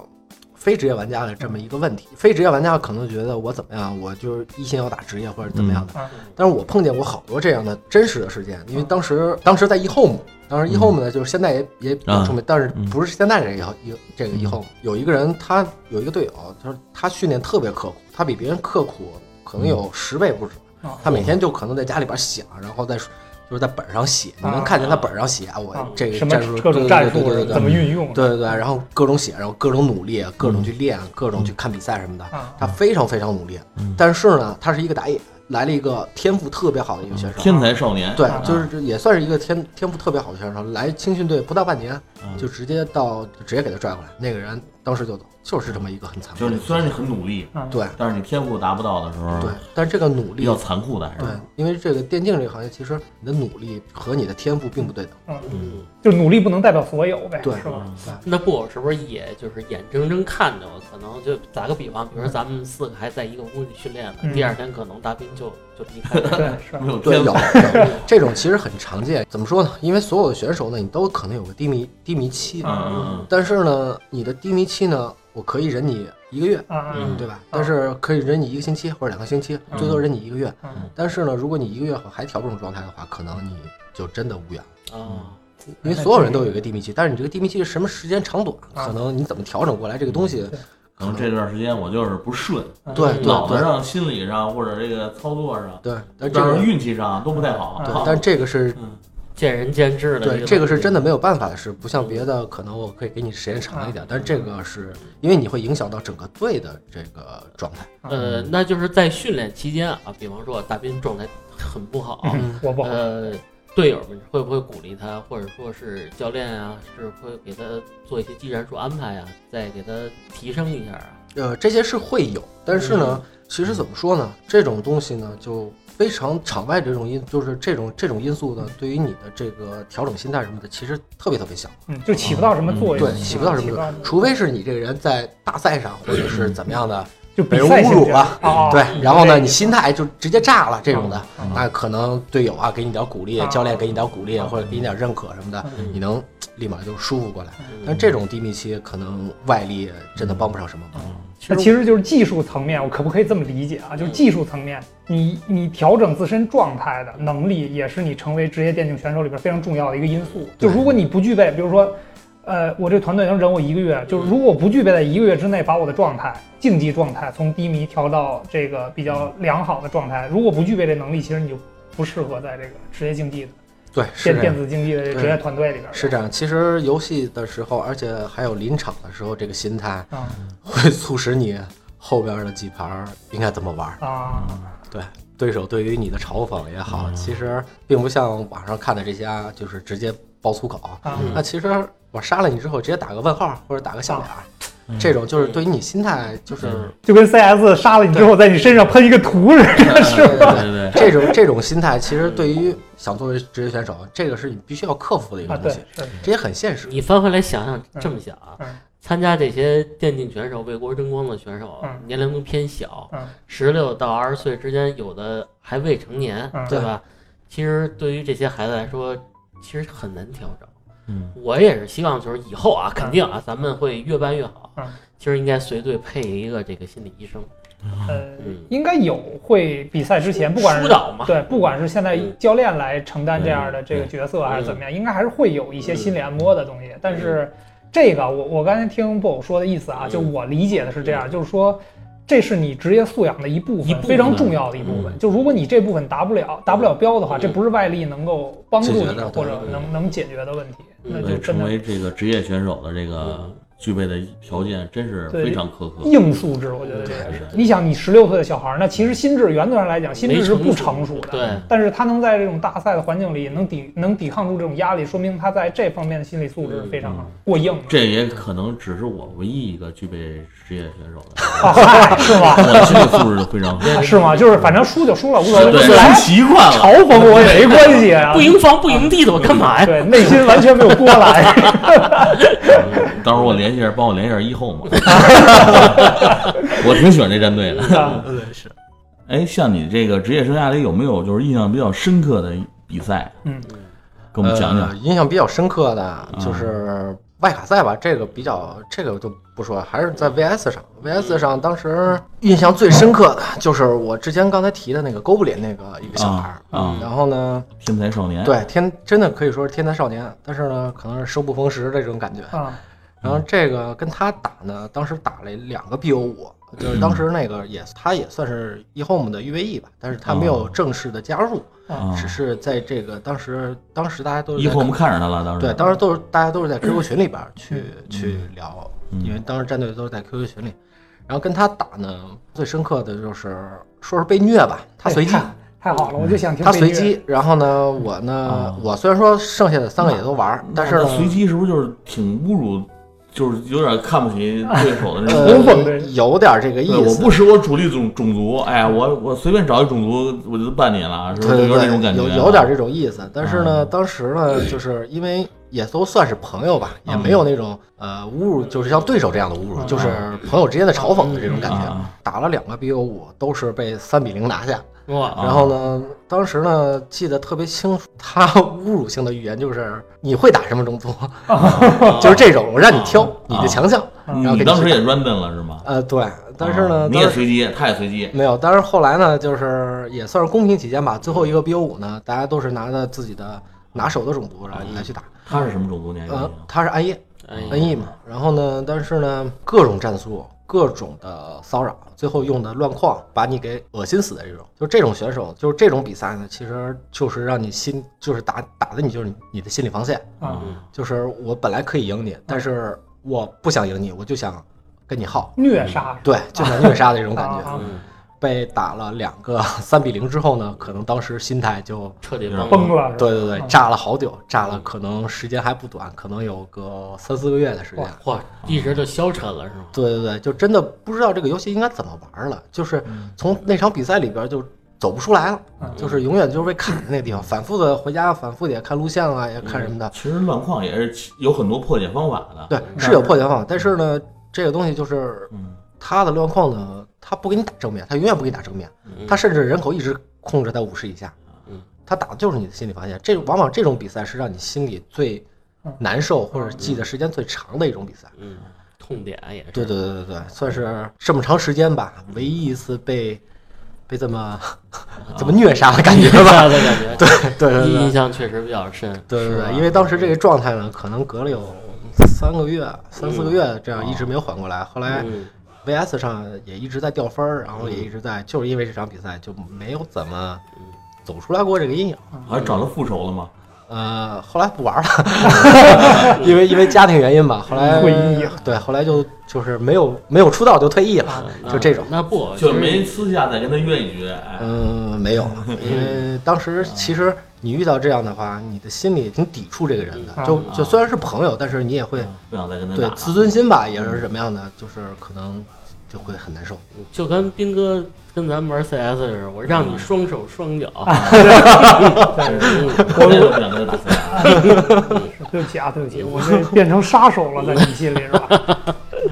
非职业玩家的这么一个问题。非职业玩家可能觉得我怎么样，我就是一心要打职业或者怎么样的，嗯啊但是我碰见过好多这样的真实的事件，因为当时当时在 eHome。当时 eHome 呢，就是现在也也比较出名，但是不是现在这个 e 这个 eHome 有一个人，他有一个队友，就是他训练特别刻苦，他比别人刻苦可能有十倍不止，啊他每天就可能在家里边想，然后再就是在本上写，你能看见他本上写啊，我啊这个什么战术各种战对术对对对怎么运用？嗯对对对，然后各种写，然后各种努力，各种去练，各种去看比赛什么的啊，嗯他非常非常努力。但是呢，他是一个打野，来了一个天赋特别好的一个选手，天才少年，对啊，就是这也算是一个天天赋特别好的选手，来青训队不到半年嗯就直接到直接给他拽过来，那个人当时就走，就是这么一个很残酷就是的一你个虽然你很努力，嗯，对但是你天赋达不到的时候，对，但是这个努比力较残酷的还是对。，因为这个电竞这个行业，其实你的努力和你的天赋并不对等。嗯，就努力不能代表所有呗，对是 吧？嗯那布偶是不是也就是眼睁睁看着，可能就打个比方，比如说咱们四个还在一个屋里训练呢，嗯第二天可能大兵就就离开了。对，是没有对，天有赋，有这种其实很常见。怎么说呢？因为所有的选手呢，你都可能有个低迷低迷期嗯，嗯但是呢，你的低迷期呢，我可以忍你一个月，啊，嗯对吧？但是可以忍你一个星期或者两个星期，最多忍你一个月。嗯但是呢，如果你一个月后还调不动状态的话，可能你就真的无缘了。啊，哎因为所有人都有一个低迷期，但是你这个低迷期是什么时间长短，啊可能你怎么调整过来这个东西，可能这段时间我就是不顺，对嗯对脑子对上、心理上或者这个操作上，对，但这让个人运气上都不太好。对啊，但这个是嗯见仁见智的。对这个是真的，的没有办法的事，不像别的可能我可以给你时间长一点，但是这个是因为你会影响到整个队的这个状态。啊呃，那就是在训练期间啊，比方说大兵状态很不好，嗯我不好，呃，队友们会不会鼓励他，或者说是教练啊，是会给他做一些技战术安排啊，再给他提升一下啊？呃，这些是会有，但是呢，其实怎么说呢，这种东西呢，就非常场外这种因，就是这种这种因素呢，对于你的这个调整心态什么的，其实特别特别小，嗯，就起不到什么作用，嗯对，起不到什么作嗯用，除非是你这个人在大赛上或者是怎么样的，就比被人赛性侮质辱了，啊，对，然后这呢，个你心态就直接炸了这种的嗯，那可能队友啊给你点鼓励啊，教练给你点鼓励，嗯或者给你点认可什么的，嗯你能立马就舒服过来。嗯但这种低迷期，可能外力真的帮不上什么忙。那其实就是技术层面，我可不可以这么理解嗯啊？就是技术层面，你你调整自身状态的能力，也是你成为职业电竞选手里边非常重要的一个因素。就对如果你不具备，比如说，呃，我这团队能忍我一个月，就是如果我不具备在一个月之内把我的状态、竞技状态从低迷调到这个比较良好的状态，如果不具备这能力，其实你就不适合在这个职业竞技的对，是电这样电。子竞技的对职业团队里边。是这样，其实游戏的时候，而且还有临场的时候，这个心态啊会促使你后边的几盘应该怎么玩。啊，对，对手对于你的嘲讽也好，嗯其实并不像网上看的这些啊，就是直接爆粗口。啊那其实我杀了你之后，直接打个问号或者打个笑脸儿，嗯 这种就是对于你心态就是。嗯就跟 CS 杀了你之后，在你身上喷一个图似的。对对对对， 这种这种心态，其实对于想作为职业选手，这个是你必须要克服的一个啊，东对，西，是这也很现实。你翻回来想想，嗯这么想啊嗯，参加这些电竞选手、为国争光的选手嗯，年龄都偏小嗯，十六到二十岁之间，有的还未成年嗯，对吧？其实对于这些孩子来说，其实很难调整。嗯，我也是希望就是以后啊，肯定啊，咱们会越办越好嗯。其实应该随队配一个这个心理医生，啊呃嗯，应该有会比赛之前，不管疏是导嘛，对，不管是现在嗯教练来承担这样的这个嗯角色，还是怎么样，应该还是会有一嗯些心理按摩的东西。但是这个，我我刚才听布偶说的意思啊，嗯就我理解的是这样，就是说。这是你职业素养的一部一分部，分非常重要的一部分。就如果你这部分达不了达不了标的话，嗯这不是外力能够帮助解决你的或者对对能能解决的问题，嗯那就对，真成的为这个职业选手的这个具备的条件真是非常苛刻。硬素质，我觉得这也是。你想，你十六岁的小孩儿，那其实心智原则上来讲，心没智是不成成熟熟的的。对但是他能在这种大赛的环境里能抵能抵抗住这种压力，说明他在这方面的心理素质非常好过硬的。这也可能只是我唯一一个具备职业选手的， 啊嗨 是吗？我的心理素质都非常好。 是吗？就是反正输就输了，无所谓，对，来很习惯了。嘲讽我也没关系啊。不赢房不赢地的，我干嘛呀？对，内心完全没有波澜。到时候我联系一下，帮我联系一下一后嘛。我挺喜欢这战队的。对，是哎，像你这个职业生涯里有没有就是印象比较深刻的比赛？啊嗯，给我们讲啊讲。呃印象比较深刻的就是外卡赛吧，这个比较这个就不说，还是在 VS 上。VS 上当时印象最深刻的就是我之前刚才提的那个勾布林那个一个小孩儿，嗯啊啊哎然后呢，天才少年，对天真的可以说是天才少年，但是呢，可能是生不逢时的这种感觉。啊然后这个跟他打呢，当时打了两个 BO 五，就是当时那个也他也算是 eHome 的 UVE 吧，但是他没哦有正式的加入，啊只是在这个当时当时大家都是一在会儿我们看上他了，当时对，当时都是大家都是在 QQ 群里边儿去、嗯去聊，嗯因为当时战队都是在 QQ 群里。然后跟他打呢，最深刻的就是说是被虐吧，他随机，哎太太好了，我就想听他被随虐，机。然后呢，我呢哦，我虽然说剩下的三个也都玩儿，但是那呢，随机是不是就是挺侮辱，就是有点看不起对手的那种呃公愤对，有点这个意对，我思。不识我主力种种族，哎，我我随便找一种族我就办你了，是不是对对有点对，那种感觉？有有点这种意思。但是啊呢，当时呢，就是因为也都算是朋友吧，也没有那种呃侮辱，就是像对手这样的侮嗯辱，就是朋友之间的嘲讽的这种感觉。啊，打了两个 BO 五，都是被三比零拿下。嗯哇，啊然后呢，当时呢记得特别清楚，他 侮辱性的语言就是你会打什么种族， 就是这种，我让你啊挑你的强项。然后你给当时去也打 random 了是吗？呃对，但是啊呢，你当也时随机，他也随机，没有，但是后来呢，就是也算是公平起见吧，最后一个 BO 五呢，大家都是拿着自己的拿手的种族然后来去打。他是什么种族？你啊还记呃得吗，他是暗夜，哎呀恩义嘛。然后呢，但是呢，各种战术、各种的骚扰，最后用的乱矿把你给恶心死的这种，就这种选手，就是这种比赛呢，其实就是让你心，就是打打的你就是你的心理防线，啊，嗯就是我本来可以赢你，但是我不想赢你，我就想跟你耗，虐杀，对，就想虐杀的这种感觉。啊嗯，被打了两个 三比零之后呢，可能当时心态就。彻底崩了，了，是吧对对对啊，炸了好久，炸了可能时间还不短，可能有个三四个月的时间。嚯，一直就消沉了是吗？对对对，就真的不知道这个游戏应该怎么玩了，就是从那场比赛里边就走不出来了，嗯就是永远就是被卡在那个地方，反复的回家，反复的也看录像啊，也看什么的。其实乱矿也是有很多破解方法的。对，是有破解方法，但是呢，这个东西就是嗯，它的乱矿呢，它不给你打正面，它永远不给你打正面，嗯它甚至人口一直控制在五十以下嗯，它打的就是你的心理防线。这往往这种比赛是让你心里最难受或者记得时间最长的一种比赛。嗯，痛点也是，对对对对对，算是这么长时间吧，唯一一次被被这么这么虐杀的感 觉吧。 吧的感觉，对对对印对象确实比较深，对对是吧对，因为当时这个状态呢，可能隔了有三个月、三四个月这样一直没有缓过来。后来嗯 VS 上也一直在掉分儿，然后也嗯一直在，就是因为这场比赛就没有怎么走出来过这个阴影。还找他复仇了吗？呃，后来不玩 了，因为因为家庭原因吧。后来嗯会阴影啊对，后来就就是没有没有出道就退役了，就这种。那不就是没私下再跟他约一局，啊哎，嗯，没有，因为当时其实你遇到这样的话，你的心里挺抵触这个人的嗯。就就虽然是朋友，但是你也啊会不想再跟他对打了。自尊心嗯吧，也是什么样的，就是可能就会很难受。就跟斌哥跟咱们玩 CS 似的，我让嗯你双手双 脚，嗯我也不想跟他打架。对不起啊，对不起，我这变成杀手了，在你心里是吧？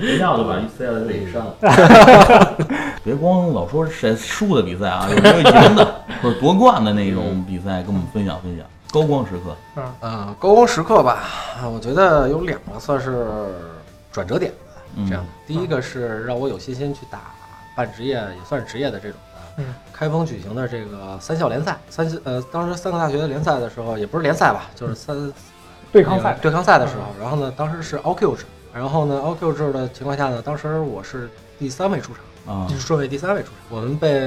一下我就把塞到这里删 了。 别光老说谁输的比赛啊，有没有赢的或者夺冠的那种比赛，跟我们分享分享高光时刻。嗯，高光时刻吧，啊我觉得有两个算是转折点吧。嗯这样，第一个是让我有信心去打半职业，也算是职业的这种的嗯。开封举行的这个三校联赛，三呃，当时三个大学的联赛的时候，也不是联赛吧，就是三嗯呃对抗赛，对抗赛的时候，然后呢，当时是 OQ 制，然后呢 OQ 制的情况下呢，当时我是第三位出场，啊就是顺位第三位出场。我们被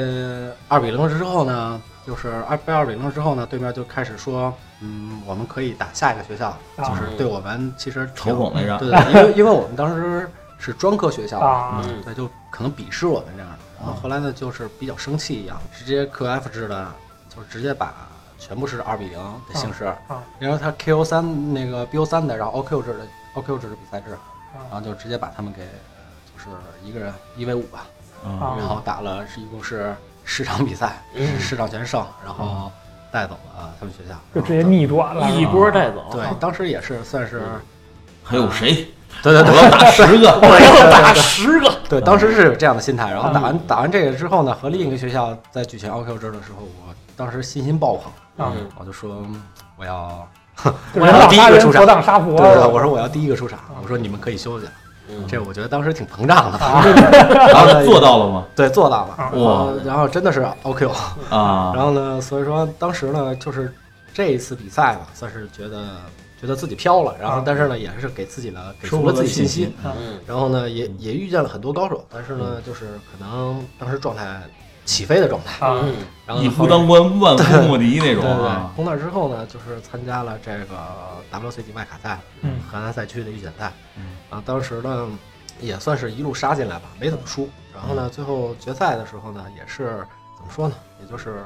二比零之后呢，就是二被二比零之后呢，对面就开始说，嗯，我们可以打下一个学校，啊就是对我们其实挺嗯嘲讽来着对对，因为因为我们当时是专科学校嘛，啊，嗯对，就可能鄙视我们这样的。然后啊后来呢，就是比较生气一样，直接 QF 制的，就是直接把全部是二比零的形式啊，然后他 KO 三那个 BO 三的，然后 OQ 制的 OQ 制的比赛制，啊然后就直接把他们给就是一个人一 v 五吧，啊！啊然后打了是一共是十场比赛，嗯十场全胜，然啊后带走了他们学校，就直接逆转了，一波带走，对，当时也是算是，还有谁？对对嗯我对，要打十 个。 我要打十个，对，嗯当时是有这样的心态。然后打完打完这个之后呢，和另一个学校在举行 OQ 制的时候，我当时信心爆棚，啊，嗯我就说嗯我哦要，就是人挡杀人，佛挡杀佛对，对对，我说我要第一个出场，我说你们可以休息了。嗯这我觉得当时挺膨胀的，然后然后做呢，到了吗？ 对，做到了。啊哇呃然后真的是 OQ，啊然后呢，所以说当时呢，就是这一次比赛吧，算是觉得觉得自己飘了，然后啊但是呢，也是给自己了给收足获了了自己信信心心，嗯啊嗯然后呢，也也遇见了很多高手，但是呢，就是可能当时状态起飞的状态，啊，嗯然后呢一夫后面当关，万夫莫敌那对种对对啊，。从那之后呢，就是参加了这个 WCG 外卡赛，嗯河南赛区的预选赛嗯，啊，当时呢也算是一路杀进来吧，没怎么输。然后嗯呢，最后决赛的时候呢，也是怎么说呢，也就是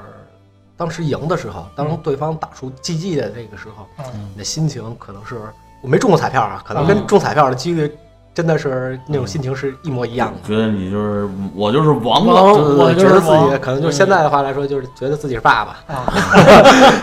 当时赢的时候，当对方打出 GG 的这个时候，嗯你的心情可能是我没中过彩票啊，可能跟嗯中彩票的几率真的是那种心情是一模一样的。觉得你就是我就是王王，了，嗯我嗯就觉是得自己王可能就是现在的话来说，就是觉得自己是爸爸，啊，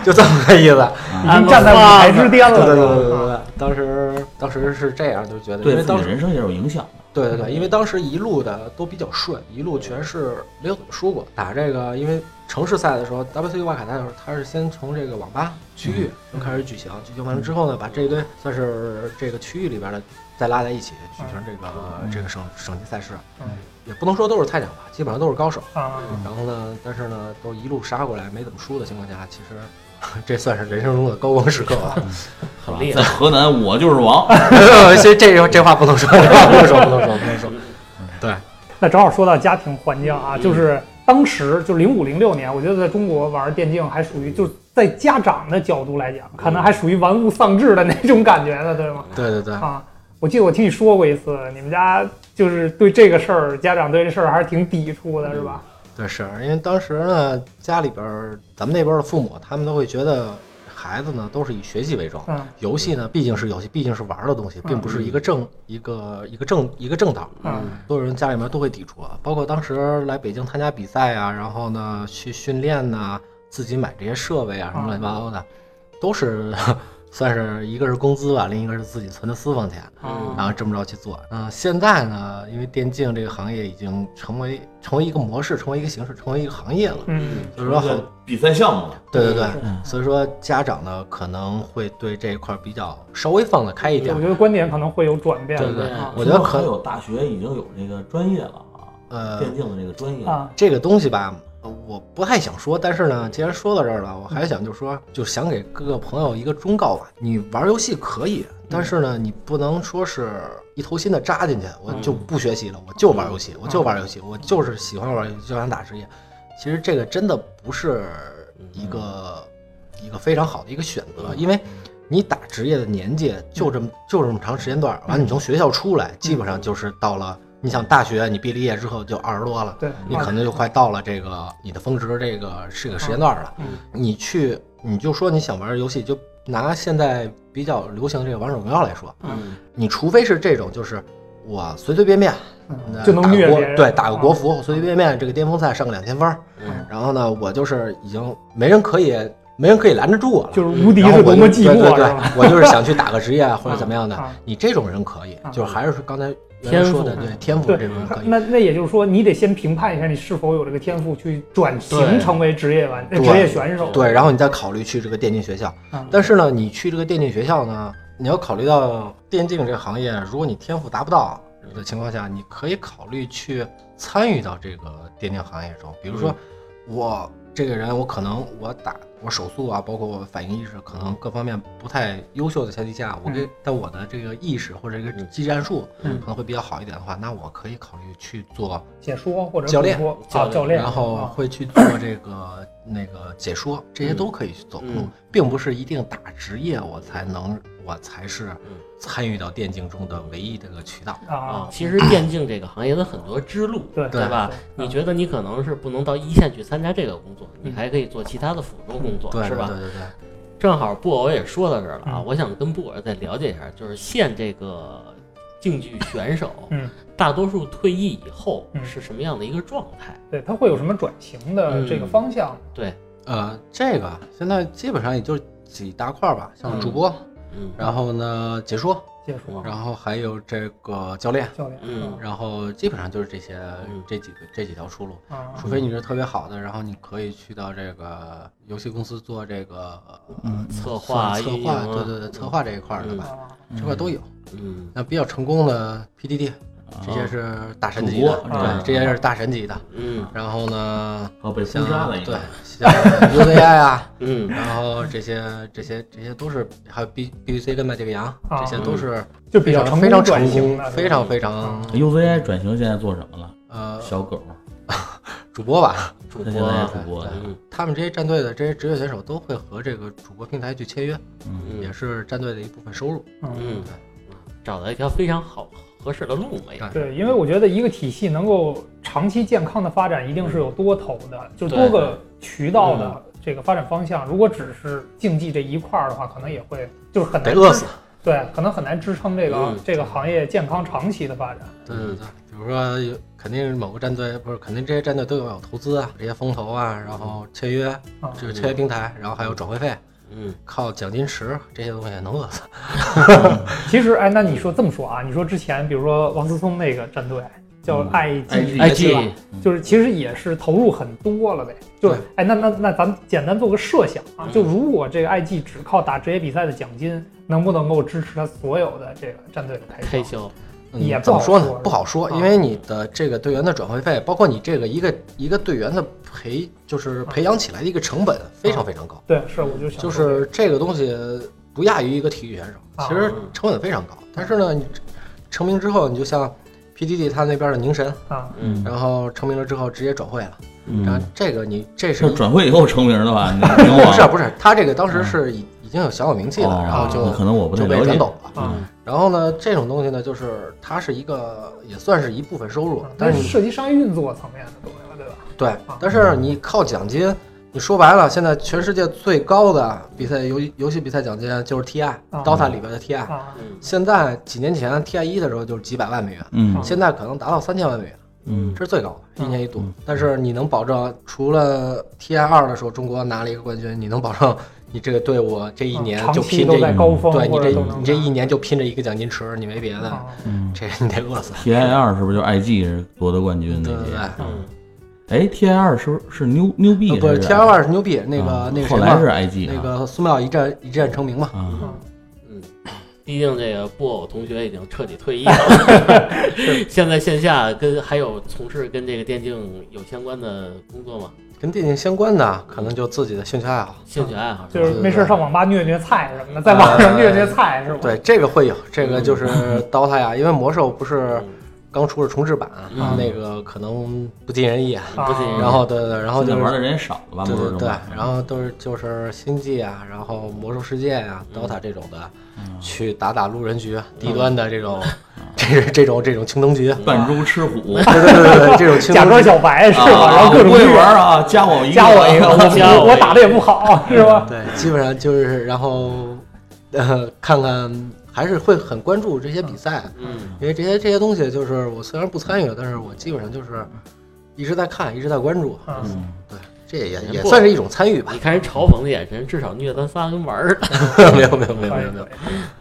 就这么个意思。已经站在舞台之巅了，对对是吧对对对啊对，当时当时是这样，就觉得，对因为自己当的时人生也有影响的。对对对，因为当时一路的都比较顺，一路全是没有怎么输过。打这个，因为城市赛的时候，WCG 外卡赛的时候，他是先从这个网吧区域嗯就开始举行，举行完了之后呢，把这一堆算是这个区域里边的再拉在一起，举行这个嗯这个省省级赛事。啊嗯也不能说都是菜鸟吧，基本上都是高手。啊，嗯然后呢，但是呢，都一路杀过来，没怎么输的情况下，其实 这算是人生中的高光时刻吧。很厉在害，河南，我就是王。 所以这这话不能说，这话不能说，不能说，不能说。那正好说到家庭环境嗯啊，就是当时就零五零六年，我觉得在中国玩电竞还属于就是在家长的角度来讲，可能还属于玩物丧志的那种感觉的，对吗？ 对对对，啊，我记得我听你说过一次，你们家就是对这个事儿，家长对这事儿还是挺抵触的，是吧？对是因为当时呢，家里边儿咱们那边儿的父母，他们都会觉得孩子呢都是以学习为重，嗯游戏呢毕竟是游戏，毕竟是玩儿的东西，并不是一个正一个一个正一个正道。嗯所有人家里面都会抵触，啊包括当时来北京参加比赛啊，然后呢去训练呐、自己买这些设备啊，什么乱七八糟的，都是 算是一个是工资吧，另一个是自己存的私房钱，然啊后这么着去做。嗯、现在呢，因为电竞这个行业已经成为成为一个模式，成为一个形式，成为一个行业了，嗯所以说好，比赛项目了，对对对，嗯所以说家长呢可能会对这一块比较稍微放得开一点我。觉得观点可能会有转变对对的啊我觉得还可有大学已经有这个专业了啊，呃，电竞的这个专业。啊，这个东西吧，呃我不太想说，但是呢，既然说到这儿了，我还想就说，就想给各个朋友一个忠告吧。你玩游戏可以，但是呢，你不能说是一头心的扎进去，我就不学习了，我就玩游戏，我就玩游戏，我就是喜欢玩游戏，就想打职业。其实这个真的不是一个一个非常好的一个选择，因为。你打职业的年纪就这么就这么长时间段儿，完了你从学校出来，基本上就是到了你想大学，你毕了业之后就二十多了，对，啊你可能就快到了这个你的峰值这个这个时间段了。嗯你去，你就说你想玩游戏，就拿现在比较流行的这个王者荣耀来说，嗯你除非是这种就是我随随便便嗯呃就能打虐个国别人，对打个国啊服，随随便便这个巅峰赛上个两千分儿，嗯然后呢，我就是已经没人可以没人可以拦得住我了。就是无敌然后是多我就么寂对对寞，是对吧？，我就是想去打个职业啊或者怎么样的啊，你这种人可以啊，就是还是刚才原来说的天对赋天赋对这种嗯人可以。啊那那也就是说，你得先评判一下你是否有这个天赋去转型对成为职业玩呃对职业选手。对，然后你再考虑去这个电竞学校。嗯但是呢，你去这个电竞学校呢，你要考虑到电竞这个行业，如果你天赋达不到的情况下，你可以考虑去参与到这个电竞行业中。比嗯如说，我这个人，我可能我打我手速啊，包括我反应意识，可能各方面不太优秀的前提下，我给嗯但我的这个意识或者一个技战术嗯可能会比较好一点的话，那我可以考虑去做解说或者教练主播教啊，练教练，然后啊会去做这个那个解说，这些都可以去走路，嗯并不是一定打职业我才能，我才是嗯参与到电竞中的唯一这个渠道。啊啊，，其实电竞这个行业的很多支嗯路，对对吧？你觉得你可能是不能到一线去参加这个工作，你还可以做其他的辅助工作，对是对吧？对对对，正好布偶也说到这儿了啊，嗯我想跟布偶再了解一下，就是现这个竞技选手，嗯，大多数退役以后嗯是什么样的一个状态？对他会有什么转型的这个嗯方向？对，呃，这个现在基本上也就几大块儿吧，像嗯主播，嗯然后呢解说，解说然后还有这个教练，教练，嗯然后基本上就是这些嗯这几个这几条出路。啊，除非你是特别好的，然后你可以去到这个游戏公司做这个嗯策划、策运营划，啊嗯对对对，策划这一块儿的吧，啊这块儿都有。嗯那比较成功的 PDD，这些是大神啊主级的，播对啊，这些是大神级的。嗯然后呢，哦，被封像杀了一对个，像 UZI 啊，嗯然后这些这些这些都是，还有 B BBC 跟麦迪维扬，这些都是就啊嗯比非较常成非功常转成型的，嗯功，非常非常 UZI 转型现在做什么了？呃哎小狗，主播吧。主他播现在是主播对，嗯他们这些战队的这些职业选手都会和这个主播平台去签约，嗯，也嗯是战队的一部分收入。嗯，嗯，找到一条非常好合适的路嘛，也对对，因为我觉得一个体系能够长期健康的发展，一定是有多头的，就是对多个渠道的这个发展方向。如果只是竞技这一块儿的话，可能也会就是很难得饿死支。对，可能很难支撑这个、嗯这个行业健康长期的发展。对对对，比如说有肯定是某个战队，不是肯定这些战队都有投资啊，这些风投啊，然后签约，啊这个签约平台，然后还有转会费，嗯靠奖金池这些东西也能饿死。其实，哎，那你说这么说啊？你说之前，比如说王思聪那个战队叫嗯 IG，、 IG 对吧 IG 就是其实也是投入很多了呗。就是对，哎，那那那咱们简单做个设想啊嗯，就如果这个 IG 只靠打职业比赛的奖金，能不能够支持他所有的这个战队的开开销？销，嗯也不怎好么说呢说？啊不好说，因为你的这个队员的转会费，包括你这个一个一个队员的培，就是培养起来的一个成本啊非常非常高，对，是，我就想就说这个是这个东西不亚于一个体育选手，啊其实成本非常高。但是呢，你成名之后，你就像 PDD 他那边的宁神，啊，嗯，然后成名了之后直接转会了，然后嗯，这个你这是这一转会以后成名的话，你挺不好是不是，他这个当时是已已经有小有名气了，啊嗯哦然后那就可能我不太就被了转解，走了。啊，然后呢，这种东西呢，就是它是一个也算是一部分收入啊，但但是是啊涉你及商业运作层面的东西了，对吧？对，但是你靠奖金，你说白了，现在全世界最高的比赛游游戏比赛奖金就是 TI，DOTA 里边的 TI。啊，嗯现在几年前 TI 一的时候就是几百万美元，嗯现在可能达到三千万美元，嗯这是最高的，一年一度嗯。但是你能保证，除了 TI 二的时候中国拿了一个冠军，你能保证你这个队伍这一年嗯长就期拼都这在一，高峰，对你或者都这能你这一拿年就拼这一个奖金池，你没别的，啊嗯这你得 饿死。 ，TI 二是不是就 IG 是夺得冠军那对对对届？嗯哎，TI 二是不是是牛牛逼？呃不啊是 T 二二是牛逼，那嗯个那个后谁来是嘛， IG 那个苏妙一战一战成名嘛。啊，嗯嗯，毕竟这个布偶同学已经彻底退役了，现在线下跟还有从事跟这个电竞有相关的工作吗？跟电竞相关的，可能就自己的兴趣爱好。兴趣爱好就是吧？没事上网吧虐虐菜什么的，在网上虐虐菜是吧？啊对，这个会有，这个就是嗯 DOTA 呀，因为魔兽不是嗯刚出了重置版，嗯那个可能不尽人意。不仅啊然后对对，对然后就现在玩的是人也少了吧？对不是对这对么，然后都是就是星际啊，然后魔兽世界呀、DOTA 这种的，去打打路人局，低端的这种， 这这种这种青铜嗯局，扮猪吃 虎，对对对对，对这种青假铜装局。小白是吧？啊然后各种不会虐玩啊，加我一个，加我一个， 加我一我个我打的也不好是吧？对，基本上就是，然后，呃，看看还是会很关注这些比赛，嗯因为这些这些东西就是我虽然不参与，但是我基本上就是一直在看，一直在关注，啊嗯对，这也也也不算是一种参与吧你。看人嘲讽的眼神，至少虐咱仨跟玩儿似的。没有没有没有没有没有，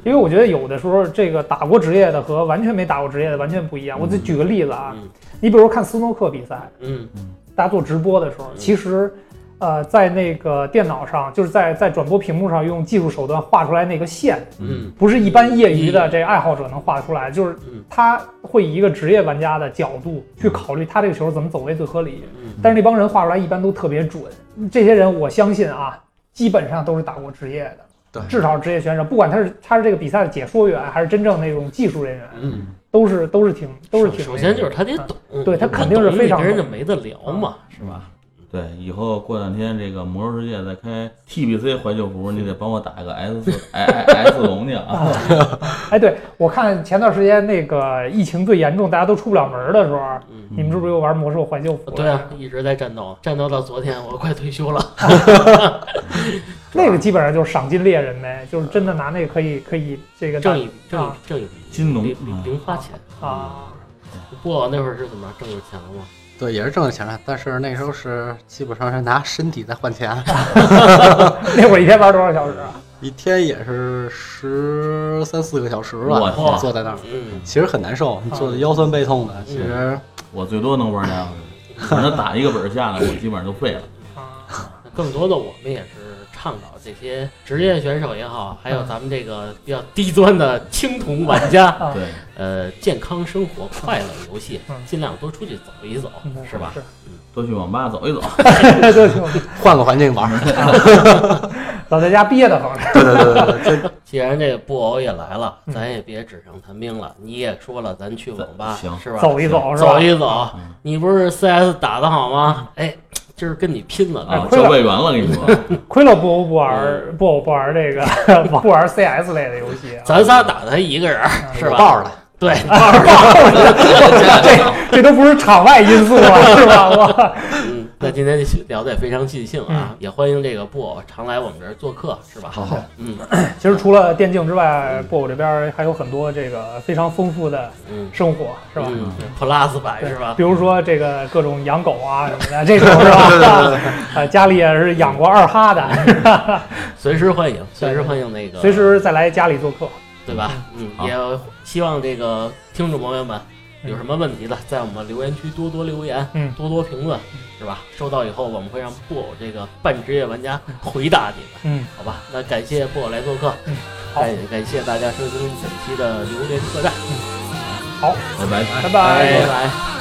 因为我觉得有的时候这个打过职业的和完全没打过职业的完全不一样。我就举个例子啊，嗯你比如看斯诺克比赛，嗯大家做直播的时候，嗯其实，呃，在那个电脑上，就是在在转播屏幕上用技术手段画出来那个线，嗯不是一般业余嗯的这爱好者能画出来，就是嗯他会以一个职业玩家的角度嗯去考虑他这个球怎么走位最合理。嗯但是那帮人画出来一般都特别准，这些人我相信啊，基本上都是打过职业的。对至少是职业选手，不管他是他是这个比赛的解说员，还是真正那种技术人员，嗯，都是都是挺都是挺首那先个就是他得懂，对他不肯定是懂非常你跟人懂就没得聊嘛，是吧？对，以后过两天这个魔兽世界再开 TBC 怀旧服，你得帮我打一个 S 四哎 S 龙去啊！ 哎，对我看前段时间那个疫情最严重，大家都出不了门儿的时候，嗯你们是不是又玩魔兽怀旧服？对啊，，一直在战斗，战斗到昨天，我快退休了。啊那个基本上就是赏金猎人呗，就是真的拿那个可以可以这个挣一挣一啊挣一笔金龙零零嗯零花钱。啊，不过那会儿是怎么挣着钱了吗？对，也是挣了钱了，但是那时候是基本上是拿身体在换钱，那会儿一天玩多少小时啊？一天也是十三四个小时我吧，操坐在那儿。嗯，其实很难受，你坐的腰酸背痛的。其实嗯我最多能玩两回，反正打一个本儿下来，我基本上就废了。啊，更多的我们也是倡导这些职业选手也好，还有咱们这个比较低端的青铜玩家，啊对，呃，健康生活、快乐游戏，嗯尽量多出去走一走，嗯是吧？是，多去网吧走一走。啊 对，挺好换个环境玩儿。老在家憋得慌。嗯对对对对对，这既然这布偶也来了，嗯咱也别纸上谈兵了。你也说了，咱去网吧行是吧？走一走是吧？走一走嗯，你不是 CS 打得好吗？哎，今儿跟你拼了！啊！啊，教外援了，跟你说，亏了布偶不嗯玩布偶不玩这个 不玩 CS 类的游戏啊，咱仨打他一个人儿 嗯是吧？爆了。对， 这这都不是场外因素啊， 是吧？我嗯，那今天就聊得也非常尽兴啊，嗯也欢迎这个布偶常来我们这儿做客，是吧？好好，嗯其实除了电竞之外，布偶这边还有很多这个非常丰富的嗯，生活，是吧？嗯？Plus 版对是吧比？如说这个各种养狗啊什么 的，这种是吧？啊，家里也是养过二哈的，是吧？随时欢迎，随时欢迎那个，随时再来家里做客。对吧？嗯，好也希望这个听众朋友们有什么问题的，在我们留言区多多留言，嗯多多评论，是吧？收到以后，我们会让布偶这个半职业玩家回答你们，嗯，好吧？那感谢布偶来做客，嗯好感感谢大家收听本期的榴莲客栈，好，拜拜。拜拜拜。拜。